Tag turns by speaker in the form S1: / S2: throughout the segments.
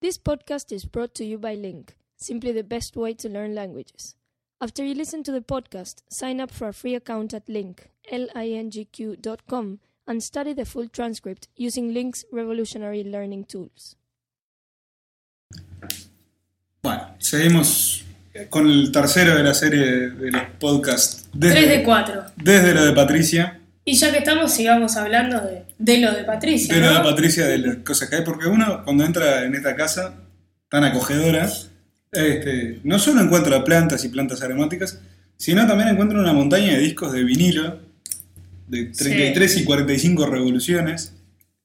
S1: This podcast is brought to you by Link, simply the best way to learn languages. After you listen to the podcast, sign up for a free account at Link, lingq.com, and study the full transcript using Link's revolutionary learning tools.
S2: Bueno, seguimos con el tercero de la serie de los podcasts desde,
S3: 3 de 4.
S2: desde lo de Patricia.
S3: Y ya que estamos, sigamos hablando de, de lo de Patricia.
S2: De lo de
S3: ¿no?
S2: Patricia, de las cosas que hay, porque uno cuando entra en esta casa tan acogedora, este, no solo encuentra plantas y plantas aromáticas, sino también encuentra una montaña de discos de vinilo de 33 y 45 revoluciones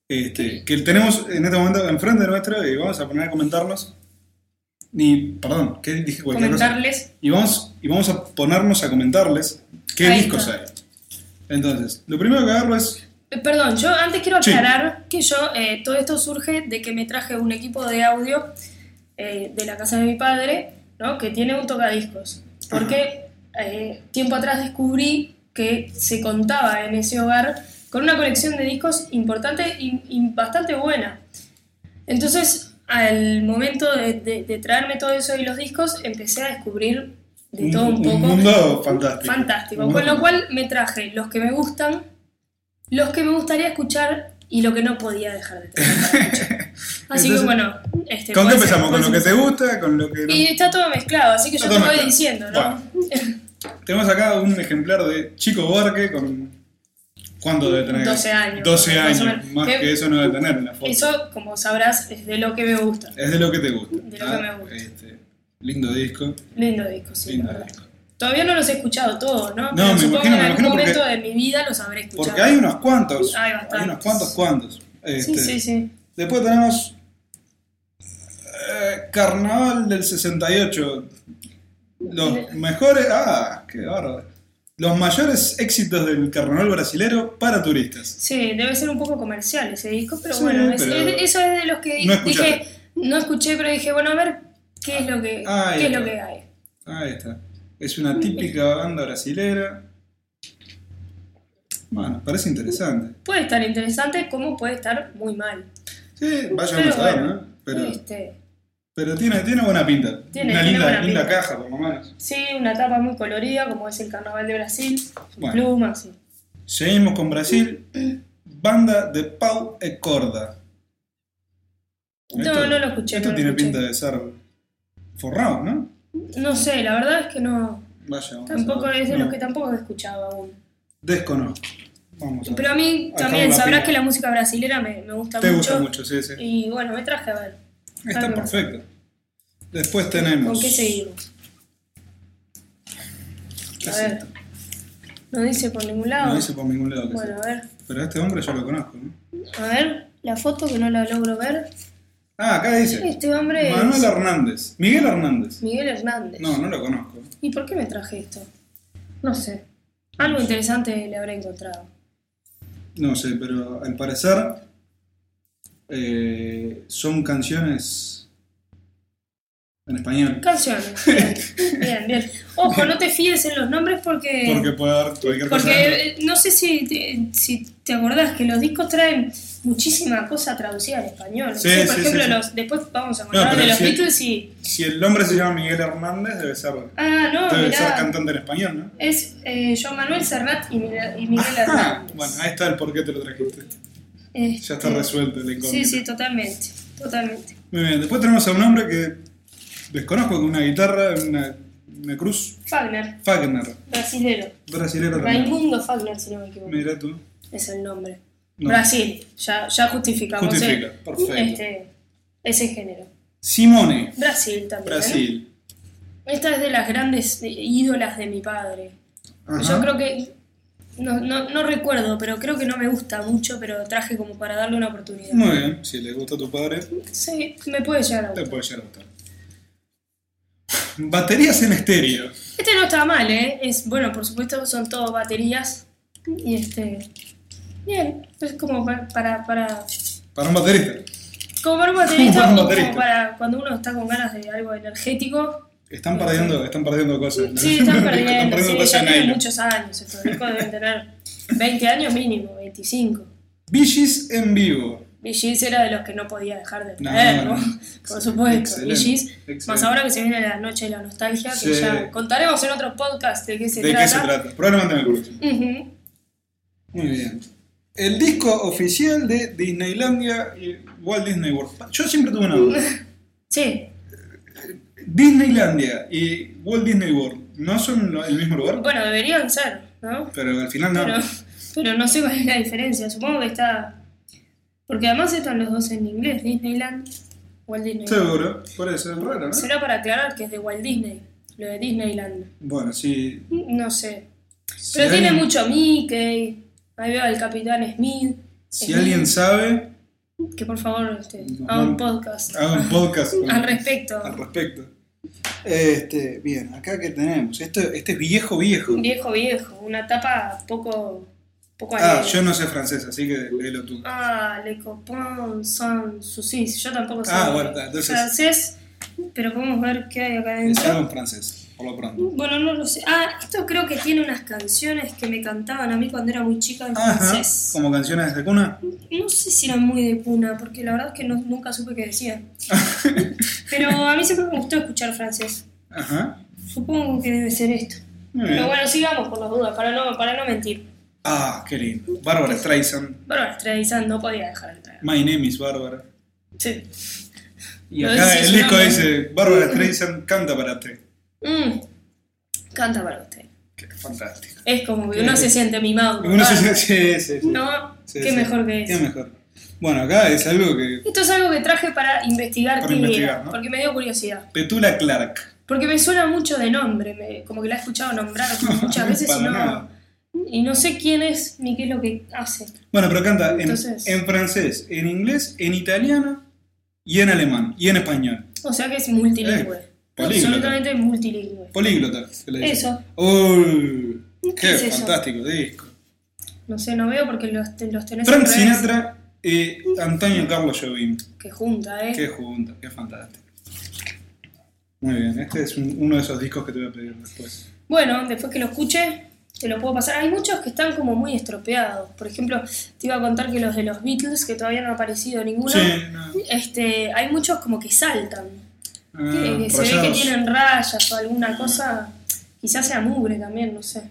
S2: este, que tenemos en este momento enfrente nuestro y vamos a poner a comentarnos. Ni, perdón, ¿qué dije cualquier cosa?
S3: Comentarles.
S2: Y vamos, y vamos a ponernos a comentarles qué
S3: Ahí
S2: discos
S3: está.
S2: hay. Entonces, lo primero que agarro es
S3: Eh, Perdón, yo antes quiero
S2: Sí.
S3: aclarar que yo, eh, todo esto surge de que me traje un equipo de audio eh, de la casa de mi padre, ¿no? Que tiene un tocadiscos. Porque eh, tiempo atrás descubrí que se contaba en ese hogar con una colección de discos importante y, y bastante buena. Entonces, al momento de, de- de traerme todo eso y los discos, empecé a descubrir de
S2: un,
S3: todo un,
S2: un
S3: poco.
S2: mundo fantástico.
S3: Fantástico.
S2: Un
S3: Con
S2: mundo
S3: lo cual me traje los que me gustan, los que me gustaría escuchar y lo que no podía dejar de tener. Así
S2: Entonces,
S3: que bueno, este,
S2: ¿Con qué
S3: puede ser-
S2: empezamos? ¿Con
S3: puede
S2: lo que
S3: ser-
S2: te gusta? ¿Con lo que no? Ah,
S3: Y está todo mezclado, así que
S2: Está
S3: yo te
S2: todo
S3: voy
S2: mezclado.
S3: diciendo, ¿no?
S2: Tenemos acá un ejemplar de Chico Borque con... ¿Cuánto debe tener?
S3: 12 años.
S2: 12
S3: Más o
S2: años.
S3: menos.
S2: Más
S3: Que-
S2: que eso no debe tener en la foto.
S3: Eso, como sabrás, es de lo que me gusta.
S2: Es de lo que te gusta.
S3: De lo
S2: Ah,
S3: que me gusta.
S2: este, lindo disco.
S3: Lindo disco, sí,
S2: lindo
S3: la verdad.
S2: disco.
S3: Todavía no los he escuchado todos, ¿no?
S2: No,
S3: Pero
S2: me
S3: supongo
S2: imagino,
S3: que
S2: me
S3: en algún
S2: imagino porque-
S3: momento de mi vida los habré escuchado.
S2: Porque hay unos cuantos.
S3: Hay
S2: hay
S3: bastantes.
S2: unos cuantos cuantos.
S3: Sí,
S2: Este,
S3: sí, sí.
S2: Después tenemos eh, Carnaval del 68. Los mejores. Ah, qué bárbaro. Los mayores éxitos del carnaval brasilero para turistas.
S3: Sí, debe ser un poco comercial ese disco, pero
S2: Sí,
S3: bueno, es-
S2: pero-
S3: es- eso es de los que
S2: No
S3: dije, no escuché, pero dije, bueno, a ver qué es lo que,
S2: Ah, ahí
S3: qué es
S2: está.
S3: lo que hay.
S2: Ahí está. Es una típica banda brasilera. Bueno, parece interesante.
S3: Puede estar interesante como puede estar muy mal.
S2: Sí, vaya
S3: Pero
S2: a ver,
S3: bueno,
S2: ¿no? Pero,
S3: Este,
S2: pero tiene, tiene buena pinta.
S3: Tiene-
S2: una
S3: tiene
S2: linda,
S3: buena
S2: linda
S3: pinta.
S2: caja, por lo menos.
S3: sí, una tapa muy colorida, como es el Carnaval de Brasil,
S2: Bueno.
S3: plumas, sí.
S2: Seguimos con Brasil. Banda de Pau e Corda.
S3: No,
S2: Esto-
S3: no lo escuché.
S2: Esto
S3: no lo
S2: tiene
S3: escuché.
S2: pinta de ser forrado, ¿no?
S3: No sé, la verdad es que no.
S2: Vaya. vamos a
S3: Tampoco
S2: ver.
S3: es de
S2: No,
S3: los que tampoco he escuchado aún.
S2: Desconozco. Vamos a ver.
S3: Pero a mí
S2: Acá
S3: también
S2: la
S3: sabrás
S2: pila.
S3: que la música brasilera me, me gusta
S2: Te
S3: mucho.
S2: gusta mucho, sí, sí.
S3: Y bueno, me traje a ver.
S2: Está
S3: algo.
S2: perfecto. Después
S3: ¿Con
S2: tenemos.
S3: qué seguimos?
S2: ¿Qué
S3: A
S2: es
S3: ver.
S2: esto?
S3: No dice por ningún lado.
S2: No dice por ningún lado que
S3: Bueno, a ver.
S2: Pero a este hombre yo lo conozco, ¿no?
S3: A ver, la foto que no la logro ver.
S2: Ah, acá dice.
S3: Este hombre
S2: Manuel
S3: es
S2: Hernández. Miguel Hernández.
S3: Miguel Hernández.
S2: No, no lo conozco.
S3: ¿Y por qué me traje esto? No sé. Algo interesante le habré encontrado.
S2: No sé, pero al parecer eh, son canciones en español.
S3: Canciones. Bien, bien. bien. Ojo, no te fíes en los nombres porque.
S2: Porque puede haber cualquier cosa. dentro.
S3: porque, eh, no sé si te, si te acordás que los discos traen muchísima cosa traducida al español.
S2: Sí,
S3: O sea, por
S2: sí,
S3: ejemplo,
S2: sí, sí.
S3: los después vamos a hablar
S2: pero
S3: de los
S2: sí.
S3: Beatles y.
S2: Si el hombre se llama Miguel Hernández, debe ser,
S3: Ah, no,
S2: debe ser
S3: mirá.
S2: cantante en español, ¿no?
S3: Es eh, Joan Manuel Serrat y Miguel, y Miguel
S2: Ajá.
S3: Hernández.
S2: Ah, Bueno, ahí está el por qué te lo trajiste. Ya está
S3: Este,
S2: resuelto el incógnito.
S3: Sí, sí, totalmente. Totalmente.
S2: Muy bien, después tenemos a un hombre que desconozco con una guitarra, una, una cruz.
S3: Fagner,
S2: Fagner,
S3: brasilero.
S2: brasilero también.
S3: Raimundo Fagner, si no me equivoco.
S2: Mira tú.
S3: Es el nombre.
S2: No.
S3: Brasil, ya, ya justificamos.
S2: Justifica,
S3: eh,
S2: perfecto.
S3: Este, ese género.
S2: Simone,
S3: Brasil también. ¿no?
S2: Brasil.
S3: Esta es de las grandes eh, ídolas de mi padre.
S2: Ajá.
S3: Yo creo que. No, no, no recuerdo, pero creo que no me gusta mucho, pero traje como para darle una oportunidad.
S2: Muy bien, si le gusta a tu padre,
S3: Sí, me puede llegar a
S2: te
S3: gustar.
S2: puede llegar a gustar. Baterías en estéreo.
S3: Este no está mal, ¿eh? Es, bueno, por supuesto son todo baterías. Y este. Bien, es como pa- para. para
S2: Para un baterista.
S3: como para un baterista,
S2: Como para un
S3: o
S2: baterista.
S3: como para cuando uno está con ganas de algo energético.
S2: Están perdiendo, están perdiendo cosas. ¿no?
S3: Sí, están perdiendo. sí,
S2: cosas
S3: ya
S2: en
S3: tienen
S2: aire.
S3: muchos años. Estos discos deben tener 20 años mínimo, 25.
S2: Billys en vivo.
S3: VGs era de los que no podía dejar de
S2: No,
S3: traer,
S2: no,
S3: ¿no?
S2: no.
S3: Por supuesto,
S2: Excelente,
S3: VGs. Más
S2: excelente.
S3: ahora que se viene la noche de la nostalgia, que
S2: Sí.
S3: ya contaremos en otro podcast de qué se
S2: ¿De
S3: trata.
S2: qué se trata? Probablemente en el próximo.
S3: Ujú.
S2: Muy bien. El disco oficial de Disneylandia y Walt Disney World. Yo siempre tuve una duda.
S3: Sí,
S2: Disneylandia y Walt Disney World no son lo- el mismo lugar,
S3: bueno, deberían ser, ¿no?
S2: pero al final no.
S3: Pero, pero no sé cuál es la diferencia. Supongo que está. Porque además están los dos en inglés: Disneyland, Walt Disney.
S2: Seguro, por eso es raro, ¿no?
S3: Será para aclarar que es de Walt Disney, lo de Disneyland.
S2: Bueno, sí.
S3: No sé.
S2: si
S3: Pero tiene
S2: alguien-
S3: mucho Mickey. Ahí veo al Capitán Smith.
S2: Si alguien sabe,
S3: Que por favor este,
S2: Nos
S3: haga un
S2: manda-
S3: podcast
S2: haga un podcast con-
S3: al respecto.
S2: al respecto. Este, bien, acá que tenemos. Esto, este es viejo, viejo.
S3: Un viejo viejo, una tapa poco. poco
S2: Ah,
S3: alegre.
S2: yo no sé francés, así que léelo tú.
S3: Ah, Le Copin sans soucis. Yo tampoco sé
S2: Ah, bueno, entonces-
S3: francés, pero podemos ver qué hay acá
S2: Es
S3: adentro.
S2: algo en francés, por lo pronto.
S3: Bueno, no lo sé. Ah, esto creo que tiene unas canciones que me cantaban a mí cuando era muy chica en
S2: Ajá,
S3: francés.
S2: como canciones de cuna.
S3: No sé si eran muy de cuna, porque la verdad es que no- nunca supe qué decían. pero a mí siempre me gustó escuchar francés.
S2: Ajá.
S3: Supongo que debe ser esto.
S2: Muy bien.
S3: Pero bueno, sigamos por las dudas, para no, para no mentir.
S2: Ah, qué lindo. Bárbara Streisand.
S3: Bárbara Streisand no podía dejar de traer.
S2: My name is Bárbara.
S3: Sí.
S2: Y
S3: Lo
S2: acá
S3: dice
S2: el
S3: su
S2: disco
S3: nombre.
S2: dice: Bárbara Streisand canta para ti.
S3: Mm, Canta para usted.
S2: Qué fantástico.
S3: Es como que uno se siente mimado.
S2: Y uno se
S3: ¿verdad?
S2: siente- sí, sí, sí.
S3: No,
S2: Sí,
S3: qué
S2: sí.
S3: mejor que
S2: Qué
S3: eso.
S2: mejor. Bueno, acá es algo que.
S3: Esto es algo que traje para investigar
S2: Para
S3: qué
S2: investigar,
S3: era,
S2: ¿no?
S3: porque me dio curiosidad.
S2: Petula Clark.
S3: Porque me suena mucho de nombre, me- como que la he escuchado nombrar muchas veces
S2: Para
S3: y no,
S2: nada.
S3: y no sé quién es ni qué es lo que hace.
S2: Bueno, pero canta en,
S3: Entonces-
S2: en francés, en inglés, en italiano y en alemán y en español.
S3: O sea que es multilingüe.
S2: Eh, políglota.
S3: Absolutamente multilingüe.
S2: Políglota, se le dice.
S3: Eso.
S2: Uy,
S3: ¿Qué
S2: ¡Qué
S3: es eso?
S2: fantástico disco!
S3: No sé, no veo porque los, te- los tenés
S2: Frank
S3: al revés,
S2: Sinatra y Antonio Carlos Jobim.
S3: que junta, ¿eh?
S2: ¡Qué junta, qué fantástico! Muy bien, este es un- uno de esos discos que te voy a pedir después.
S3: Bueno, después que lo escuche, te lo puedo pasar. Hay muchos que están como muy estropeados. Por ejemplo, te iba a contar que los de los Beatles, que todavía no ha aparecido ninguno,
S2: Sí, no,
S3: este, hay muchos como que saltan.
S2: ah,
S3: que- que se ve que
S2: rayados.
S3: tienen rayas o alguna cosa. Quizás sea mugre también, no sé.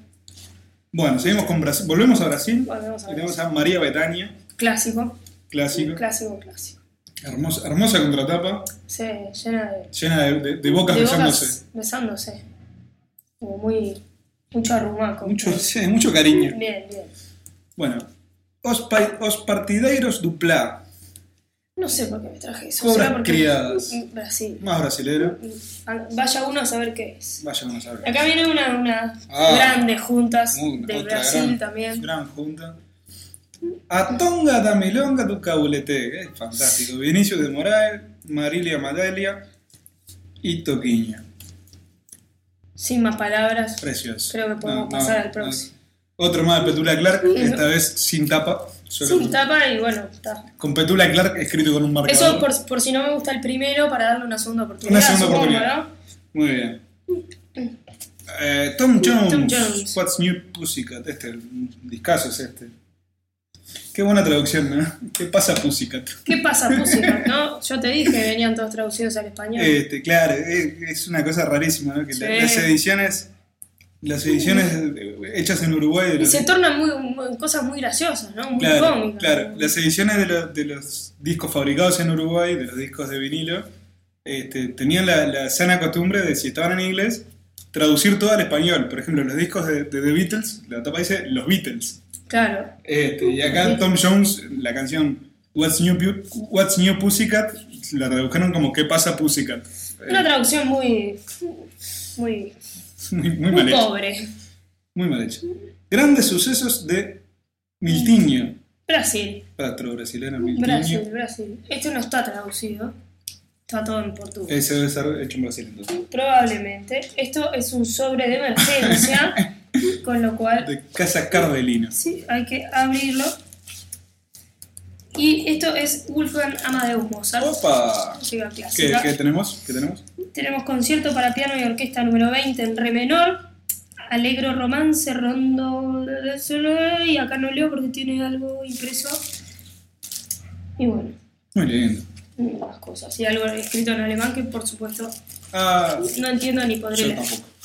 S2: Bueno, seguimos con Brasil. Volvemos a Brasil.
S3: Volvemos a
S2: y
S3: ver.
S2: tenemos a María Betania,
S3: Clásico.
S2: clásico.
S3: Clásico, clásico.
S2: Hermosa, hermosa contratapa,
S3: Se llena de,
S2: llena de, de- de bocas
S3: de
S2: besándose.
S3: bocas besándose. Como muy. Mucho arrumaco.
S2: Mucho, sí, mucho cariño.
S3: Bien, bien.
S2: Bueno, os, pa- os partideiros do Plá,
S3: No sé por qué me traje eso.
S2: Cobras
S3: ¿será porque-
S2: criadas.
S3: Brasil.
S2: más brasilero.
S3: Vaya uno a saber qué es.
S2: Vayan a saber.
S3: Acá viene una, una
S2: Ah.
S3: grandes juntas
S2: Muy-
S3: de
S2: otra
S3: Brasil
S2: gran-
S3: también.
S2: Gran junta. A Tonga da Milonga do Cabulete, que es fantástico. Vinicius de Moraes, Marilia Madelia y Toquiña.
S3: Sin más palabras.
S2: Precioso.
S3: Creo que podemos pasar al próximo.
S2: Otro más de Petula Clark, esta vez sin tapa. solo
S3: Sin tapa y bueno, está.
S2: Con Petula Clark escrito con un marcador.
S3: Eso por, por si no me gusta el primero para darle una segunda oportunidad.
S2: Una segunda
S3: supongo,
S2: oportunidad.
S3: ¿no?
S2: Muy bien. Eh, Tom, Jones,
S3: Tom Jones.
S2: What's New Pussycat. Este, un discazo es este. Qué buena traducción, ¿no? ¿Qué pasa Pussycat?
S3: ¿Qué pasa, música? ¿No? Yo te dije que venían todos traducidos al español.
S2: Este, claro, es, es una cosa rarísima, ¿no? Que la-
S3: Sí.
S2: las ediciones, las ediciones eh, hechas en Uruguay de
S3: y
S2: los,
S3: se tornan muy, muy- cosas muy graciosas, ¿no? Muy
S2: claro,
S3: cómicas.
S2: claro, las ediciones de los, de los discos fabricados en Uruguay, de los discos de vinilo, este, tenían la, la sana costumbre de si estaban en inglés traducir todo al español. Por ejemplo, los discos de, de The Beatles, la tapa dice los Beatles.
S3: Claro.
S2: Este, y acá Tom Jones, la canción What's New, Pu- What's New Pussycat, la tradujeron como ¿Qué pasa Pussycat?
S3: Una
S2: Eh,
S3: traducción muy. muy.
S2: muy, muy mal
S3: muy
S2: hecho.
S3: pobre.
S2: Muy mal hecho. Grandes sucesos de Miltiño.
S3: Brasil.
S2: Patro brasileño Miltiño.
S3: Brasil, Brasil. Este no está traducido. Está todo en portugués.
S2: Ese debe ser hecho en Brasil entonces.
S3: Probablemente. Esto es un sobre de emergencia. con lo cual
S2: De Casa Cardelina.
S3: sí, hay que abrirlo. Y esto es Wolfgang Amadeus Mozart.
S2: ¡Opa!
S3: Música
S2: ¿Qué,
S3: clásica.
S2: qué tenemos? ¿Qué tenemos?
S3: Tenemos concierto para piano y orquesta número 20 en re menor. Alegro romance, rondo. Y acá no leo porque tiene algo impreso. Y bueno,
S2: Muy lindo.
S3: más cosas. Y algo escrito en alemán que por supuesto
S2: Ah,
S3: no entiendo ni podré
S2: yo
S3: leer.
S2: tampoco.